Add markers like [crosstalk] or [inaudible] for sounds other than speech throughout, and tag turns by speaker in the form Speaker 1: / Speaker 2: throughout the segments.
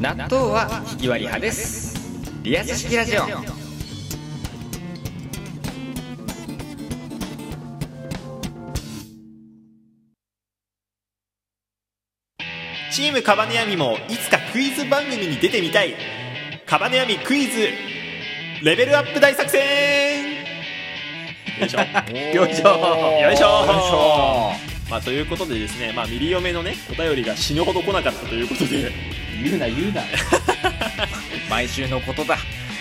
Speaker 1: 納豆は引き割り派ですリアス式ラジオ
Speaker 2: チームカバネヤミもいつかクイズ番組に出てみたいカバネヤミクイズレベルアップ大作戦よいしょ
Speaker 1: よいしょ
Speaker 2: よいしょ
Speaker 1: よ
Speaker 2: まあということでですね、まあ、ミリオメのねお便りが死ぬほど来なかったということで
Speaker 1: [laughs] いしょ言うな言うな毎週のことだ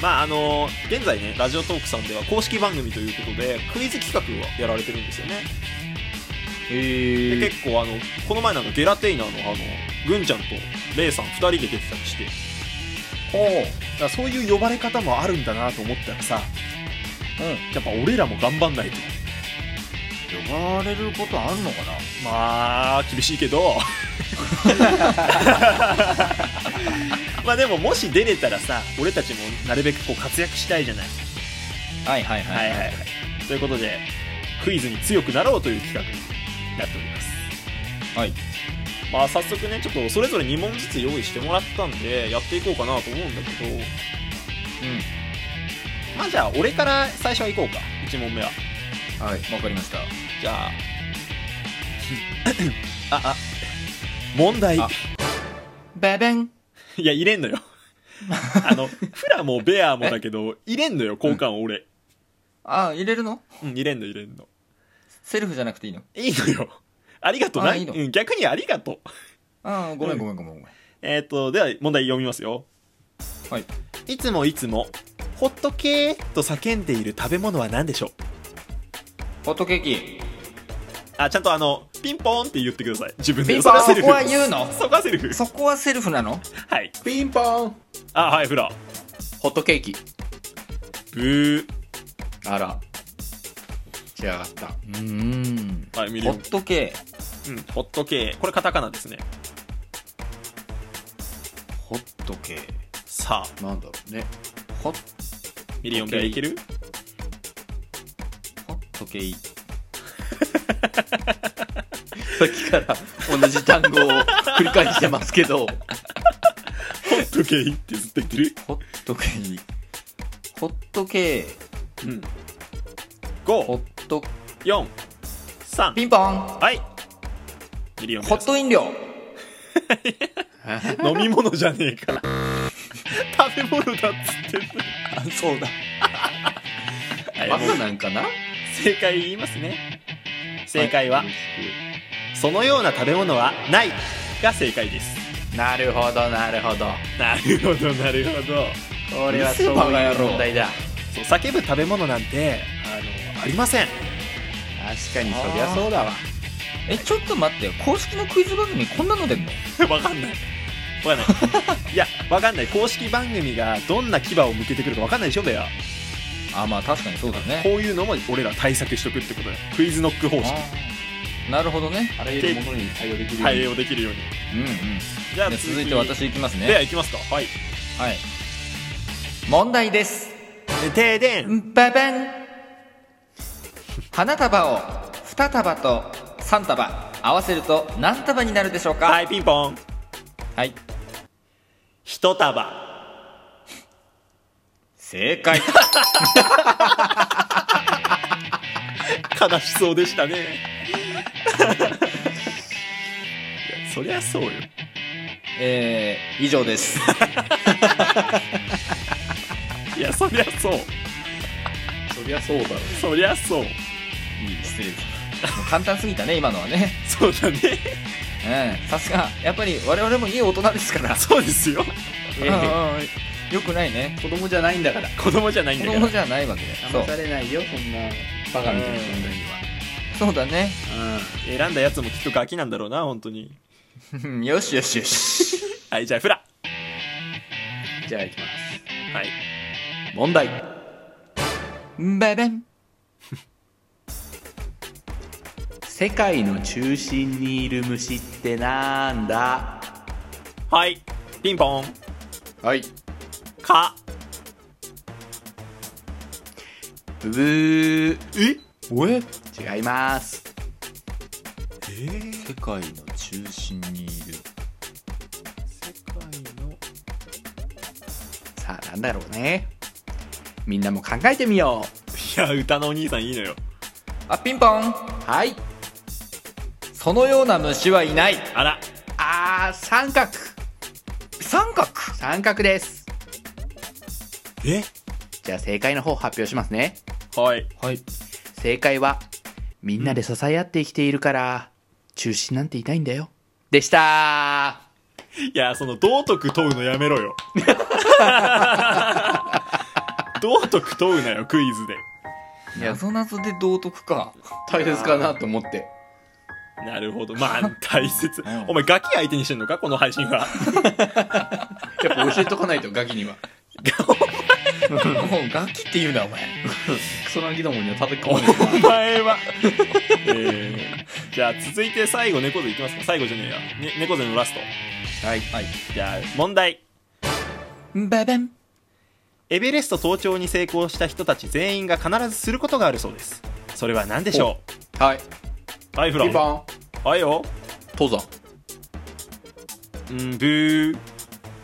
Speaker 2: まああの現在ねラジオトークさんでは公式番組ということでクイズ企画をやられてるんですよねで
Speaker 1: へえ
Speaker 2: 結構あのこの前なんかゲラテイナーのあのぐんちゃんとレイさん2人で出てたりして
Speaker 1: ほう
Speaker 2: だからそういう呼ばれ方もあるんだなと思ったらさやっぱ俺らも頑張んないと
Speaker 1: うん呼ばれることあんのかな
Speaker 2: まあ厳しいけ [laughs] どまあでももし出れたらさ俺たちもなるべくこう活躍したいじゃない
Speaker 1: はいはいはい
Speaker 2: はいはいということでクイズに強くなろうという企画になっております
Speaker 1: はい
Speaker 2: まあ早速ねちょっとそれぞれ2問ずつ用意してもらったんでやっていこうかなと思うんだけどまあじゃあ俺から最初は行こうか1問目は
Speaker 1: うんはいわかりました
Speaker 2: じゃあああ問題
Speaker 1: あババン
Speaker 2: いや、入れん
Speaker 1: [laughs]
Speaker 2: のよ。あの、フラもベアもだけど、入れんのよ、交換を俺。
Speaker 1: あ入れるの
Speaker 2: うん、入れんの、入れんの。
Speaker 1: セルフじゃなくていいの
Speaker 2: いいのよ。ありがとうな。
Speaker 1: あいいの
Speaker 2: うん、逆にありがとう。
Speaker 1: ああごめんごめんごめんごめん
Speaker 2: えっ、と、では問題読みますよ。
Speaker 1: はい
Speaker 2: いつもいつも、ホットケーと叫んでいる食べ物は何でしょう
Speaker 1: ホットケーキ
Speaker 2: あ、ちゃんとあの、ピンポーンって言ってください。自分
Speaker 1: ピ
Speaker 2: で。
Speaker 1: ンポーン
Speaker 2: そこはセ
Speaker 1: そ
Speaker 2: ルフ
Speaker 1: こは言うの
Speaker 2: そこはセルフ。
Speaker 1: そこはセルフなの
Speaker 2: はい。
Speaker 3: ピンポン
Speaker 2: あ、はい、フラ。
Speaker 3: ホットケーキ
Speaker 2: ブー。
Speaker 3: あら仕上がった
Speaker 1: うーん
Speaker 2: はい、ミリ
Speaker 1: ホ
Speaker 2: オン
Speaker 1: ッ。トケ
Speaker 2: うん、ホットケー。これカタカナですね。
Speaker 3: ーホットケー
Speaker 2: さあ、
Speaker 3: なんだろうね
Speaker 1: ホッ
Speaker 2: ミリオンベアいける
Speaker 1: ホットケーキ
Speaker 3: [laughs] さっきから同じ単語を繰り返してますけ
Speaker 2: ホ
Speaker 3: ど
Speaker 2: ットケーってずっと言ってる
Speaker 1: ホットケーキホットケー
Speaker 2: うん。
Speaker 1: ホ
Speaker 2: 5、
Speaker 1: ット
Speaker 2: 4、3。
Speaker 1: ピンポン
Speaker 2: はい。ミリオンベ
Speaker 1: ホ
Speaker 2: ア
Speaker 1: ット飲 [laughs] 料
Speaker 2: [laughs] 飲み物じゃねえから。食べ物だっつってる。
Speaker 3: そうだ
Speaker 2: はい
Speaker 3: バ
Speaker 2: も
Speaker 3: カ
Speaker 2: う
Speaker 3: なんかな
Speaker 2: 正解言いますね。正解は、そのような食べ物はないが正解です。
Speaker 3: なるほどなるほど
Speaker 2: なるほど、なるほど。
Speaker 3: 俺は
Speaker 1: は
Speaker 3: そ
Speaker 1: そうう
Speaker 3: い
Speaker 1: いうう
Speaker 3: 問
Speaker 1: 問
Speaker 3: 題
Speaker 1: 題
Speaker 3: だ
Speaker 2: そう、叫ぶ食べ物なんて、あの、ありません。
Speaker 3: 確かにそりゃそうだわ
Speaker 1: えちょっと待って公式のクイズ番組こんなの出んの
Speaker 2: [laughs] わかんない。わかんない。 [laughs] いや、わかんない。公式番組がどんな牙を向けてくるかわかんないでしょ、ベア。
Speaker 1: あまあ確かにそうだね
Speaker 2: こういうのも俺ら対策しとくってことだよ。クイズノック方式。
Speaker 1: あーなるほどね
Speaker 3: あらゆるものに対応できるように
Speaker 2: 対応できるように。
Speaker 1: うんうん
Speaker 2: じゃあ
Speaker 1: で
Speaker 2: 次
Speaker 1: 続いて私いきます
Speaker 2: では
Speaker 1: ね
Speaker 2: 行きますかはい
Speaker 1: はい問題です
Speaker 2: 停電
Speaker 1: ババン花束を2束と3束合わせると何束になるでしょうか
Speaker 2: はいピンポン
Speaker 1: はい
Speaker 2: 一束
Speaker 1: 正
Speaker 2: [laughs]
Speaker 1: 解
Speaker 2: 悲しそうで [laughs] したねいやそりゃそうよ
Speaker 1: えー、以上です
Speaker 2: いやそりゃそう
Speaker 3: そりゃそうだろ
Speaker 2: そりゃそう
Speaker 1: いい失礼ですもう簡単すぎたね今のはね
Speaker 2: そうだね
Speaker 1: うんさすがやっぱり我々もいい大人ですから
Speaker 2: そうですよ
Speaker 1: うんうんうんよくないね
Speaker 3: 子供じゃないんだから
Speaker 2: 子供じゃないん
Speaker 1: 子
Speaker 2: だから
Speaker 1: 供じゃないわけだよ
Speaker 3: 騙されないよそんなバカみたいな問題に
Speaker 1: そうそうだね
Speaker 3: は
Speaker 2: 選んだやつもきっとガキなんだろうな本当に
Speaker 1: よしよしよし
Speaker 2: [laughs] はいじゃあフラ
Speaker 3: うんじゃあいきます
Speaker 2: はい
Speaker 3: 問題
Speaker 1: ババン
Speaker 3: 世界の中心にいる虫ってなんだ
Speaker 2: はいピンポン
Speaker 3: はい
Speaker 2: か
Speaker 3: ブブー
Speaker 2: え
Speaker 3: おえ違います
Speaker 2: えー、世
Speaker 1: 世界の中心にいる
Speaker 2: 界の
Speaker 3: さあなんだろうねみんなも考えてみよ
Speaker 2: いや歌のお兄さんいいのよ
Speaker 1: あピンポン
Speaker 3: うはい
Speaker 1: そのような虫はいない
Speaker 2: あら
Speaker 3: あー三角
Speaker 1: 三角
Speaker 3: 三角です
Speaker 2: え
Speaker 3: じゃあ正解の方発表しますね
Speaker 2: はい
Speaker 1: はい
Speaker 3: 正解はみんなで支え合って生きているから中心なんていないんだよでした
Speaker 2: いやその道徳問うのやめろよ [laughs] 道徳問うなよクイズで
Speaker 1: 謎謎で道徳か
Speaker 3: 大切かなと思って
Speaker 2: なるほどまあ大切
Speaker 1: ん
Speaker 2: お前ガキ相手にしてんのかこの配信は
Speaker 3: やっぱ教えとかないとガキには
Speaker 1: もうガキって言うなお前
Speaker 3: クソなぎどもには叩き
Speaker 2: お
Speaker 3: 込まれて
Speaker 2: 前は、 [laughs] えー、じゃあ続いて最後猫背いきますか最後じゃねえや、ね、猫背のラスト
Speaker 3: はい
Speaker 1: はい
Speaker 2: じゃあ問題
Speaker 1: ババン
Speaker 2: エベレスト登頂に成功した人たち全員が必ずすることがあるそうですそれは何でしょ
Speaker 3: はい、
Speaker 2: うはいフラ
Speaker 3: ピン
Speaker 2: ン
Speaker 3: ポン
Speaker 2: はいよ
Speaker 3: 登山
Speaker 2: うんブー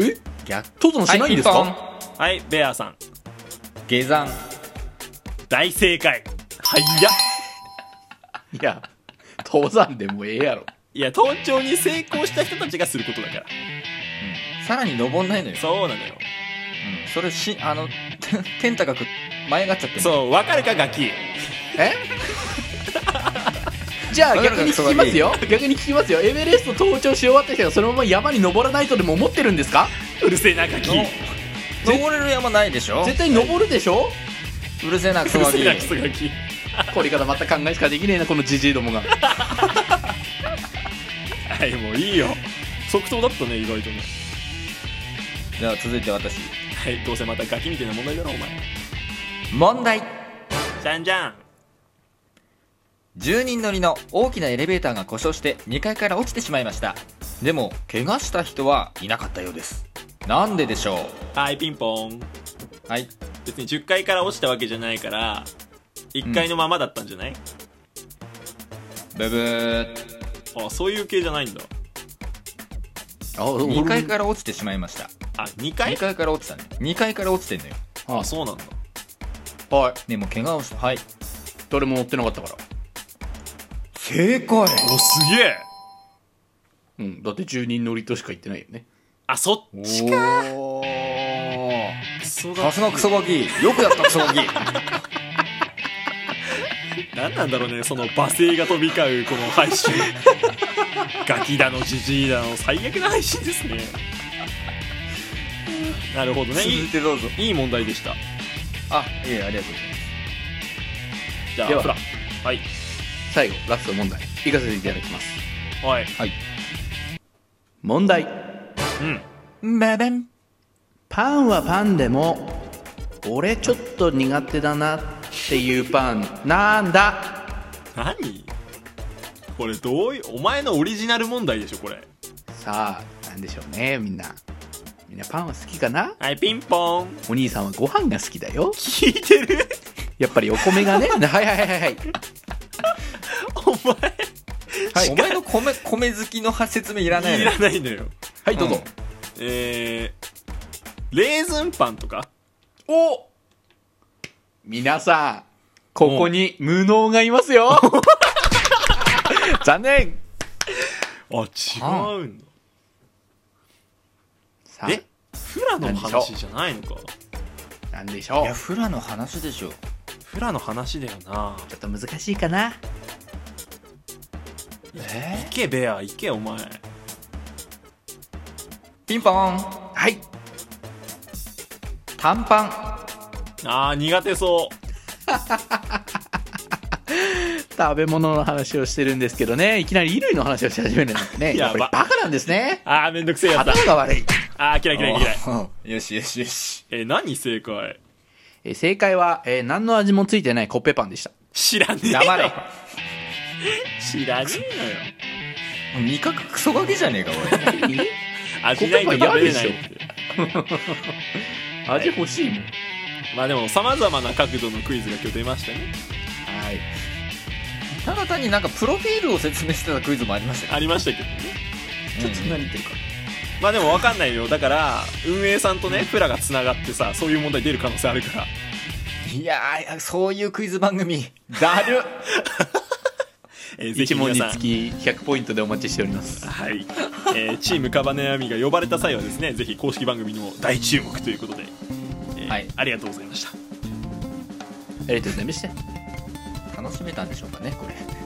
Speaker 3: え
Speaker 1: 逆
Speaker 3: 登山しないんですか、
Speaker 1: はいピンポン
Speaker 2: はいベアさん
Speaker 1: 下山
Speaker 2: 大正解はいや
Speaker 3: い、や登山でもええやろ
Speaker 2: いや登頂に成功した人たちがすることだから
Speaker 1: さらに登んないのよ
Speaker 2: そうなのよ
Speaker 1: うんそれしあの [laughs] 天高く前がっちゃってる
Speaker 2: そうわかるかガキ
Speaker 3: え [laughs] じゃあ
Speaker 1: わかる
Speaker 3: 逆
Speaker 1: か
Speaker 3: に
Speaker 1: クソ
Speaker 3: 聞
Speaker 1: ガキ
Speaker 3: きますよ逆に聞きますよエベレスト登頂し終わった人がそのまま山に登らないとでも思ってるんですか
Speaker 2: うるせえなガキ
Speaker 1: の登れる山ないでしょ
Speaker 3: 絶対登るでしょ
Speaker 1: うるせえなク
Speaker 2: う
Speaker 1: ソ
Speaker 2: る
Speaker 1: ガ
Speaker 2: せ
Speaker 1: キ
Speaker 2: えなクソガキ
Speaker 3: 凝り方また考えしかできねえなこのじじいどもが
Speaker 2: はいもういいよ即答だったね意外とね
Speaker 1: じゃあ続いて私
Speaker 2: はいどうせまたガキみたいな問題だろお前
Speaker 1: 問題
Speaker 2: じゃんじゃん
Speaker 1: 10人乗りの大きなエレベーターが故障して2階から落ちてしまいましたでも怪我した人はいなかったようですなんででしょ
Speaker 2: はいピンポン
Speaker 1: うはい
Speaker 2: 別に10階から落ちたわけじゃないから1階のままだったんじゃない、
Speaker 1: ブブー
Speaker 2: あそういう系じゃないんだ
Speaker 3: あ
Speaker 1: 2階から落ちてしまいました
Speaker 2: あ2
Speaker 1: 2
Speaker 2: 階
Speaker 1: 階から落ちたね2階から落ちてんのよ
Speaker 2: あそうなんだ
Speaker 3: はい
Speaker 1: でも怪我をしたはい
Speaker 3: 誰も乗ってなかったから
Speaker 1: 正解
Speaker 2: おすげえ
Speaker 3: うんだって10人乗りとしか言ってないよね
Speaker 2: あそっちか
Speaker 1: おー
Speaker 2: クソ
Speaker 1: さ
Speaker 2: ガキ
Speaker 1: すがクソガキよくやったクソガ [laughs] キ
Speaker 2: 何なんだろうねその罵声が飛び交うこの配信ガキだのジジイだの最悪な配信ですねなるほどねい
Speaker 1: 続いてどうぞ
Speaker 2: いいい問題でした
Speaker 1: あいえありがとうござい
Speaker 2: じゃあ
Speaker 3: では
Speaker 2: フラはい
Speaker 3: 最後ラスト問題いかせていただきます
Speaker 2: はい
Speaker 1: ますはい
Speaker 3: 問題
Speaker 2: うん
Speaker 1: ババン
Speaker 3: パンはパンでも俺ちょっと苦手だなっていうパンなんだ
Speaker 2: 何これどういうお前のオリジナル問題でしょこれ
Speaker 3: さあなんでしょうねみんなみんなパンは好きかな
Speaker 2: はいピンポン
Speaker 3: お兄さんはご飯が好きだよ
Speaker 2: 聞いてる
Speaker 3: やっぱりお米がね [laughs] はいはいはいはい
Speaker 2: お前
Speaker 1: はい、お前の米米好きの説明いらない
Speaker 2: い
Speaker 1: のよ
Speaker 2: らないのよ
Speaker 3: はいどうぞ、
Speaker 2: えー、レーズンパンとか
Speaker 3: お皆さんここに無能がいますよ [laughs] 残念
Speaker 2: あ違うんだ
Speaker 3: さ
Speaker 2: え
Speaker 3: あ
Speaker 2: フラの話じゃないのか
Speaker 3: なんでしょ
Speaker 1: いうやフラの話でしょ
Speaker 2: フラの話だよな
Speaker 3: ちょっと難しいかな
Speaker 1: え
Speaker 2: 行けベア行けお前
Speaker 1: ピンポーン
Speaker 3: はい
Speaker 1: 短パ
Speaker 2: あー苦手そ
Speaker 3: 食べ物の話をしてるんですけどねいきなり衣類の話をし始めるなんてね
Speaker 2: や
Speaker 3: やっ
Speaker 2: ば
Speaker 3: ぱりバカなんです
Speaker 2: う
Speaker 3: ね
Speaker 2: あーめんどくせえやつだ
Speaker 3: 頭が悪い、
Speaker 2: あー嫌い
Speaker 1: ン
Speaker 2: 嫌い嫌い
Speaker 1: いよしよしよし
Speaker 2: えー何正解
Speaker 3: えー正解は、えー何の味もついてないコッペパンでした
Speaker 2: 知らねえよ
Speaker 1: 黙れ
Speaker 2: 知らねえのよ
Speaker 1: 味覚クソガキじゃねえかおい
Speaker 2: 味ないと食べれないって
Speaker 3: 味欲しいもん
Speaker 2: まあでもさまざまな角度のクイズが今日出ましたね
Speaker 3: はい
Speaker 1: ただ単になんかプロフィールを説明してたクイズもありましたよ
Speaker 2: ありましたけどね
Speaker 3: ちょっと何言ってるか、
Speaker 2: まあでも分かんないよだから運営さんとねプラがつながってさそういう問題出る可能性あるから
Speaker 1: いやー、そういうクイズ番組、だる
Speaker 2: えーぜひ
Speaker 3: 1問
Speaker 2: 皆
Speaker 3: に
Speaker 2: さん
Speaker 3: つき100ポイントでお待ちしております
Speaker 2: はい、えーチームカバネアミが呼ばれた際はですねぜひ公式番組にも大注目ということで、えー
Speaker 1: はい
Speaker 2: ありがとうございました
Speaker 3: ありがとうございました
Speaker 1: 楽しめたんでしょうかね、これ。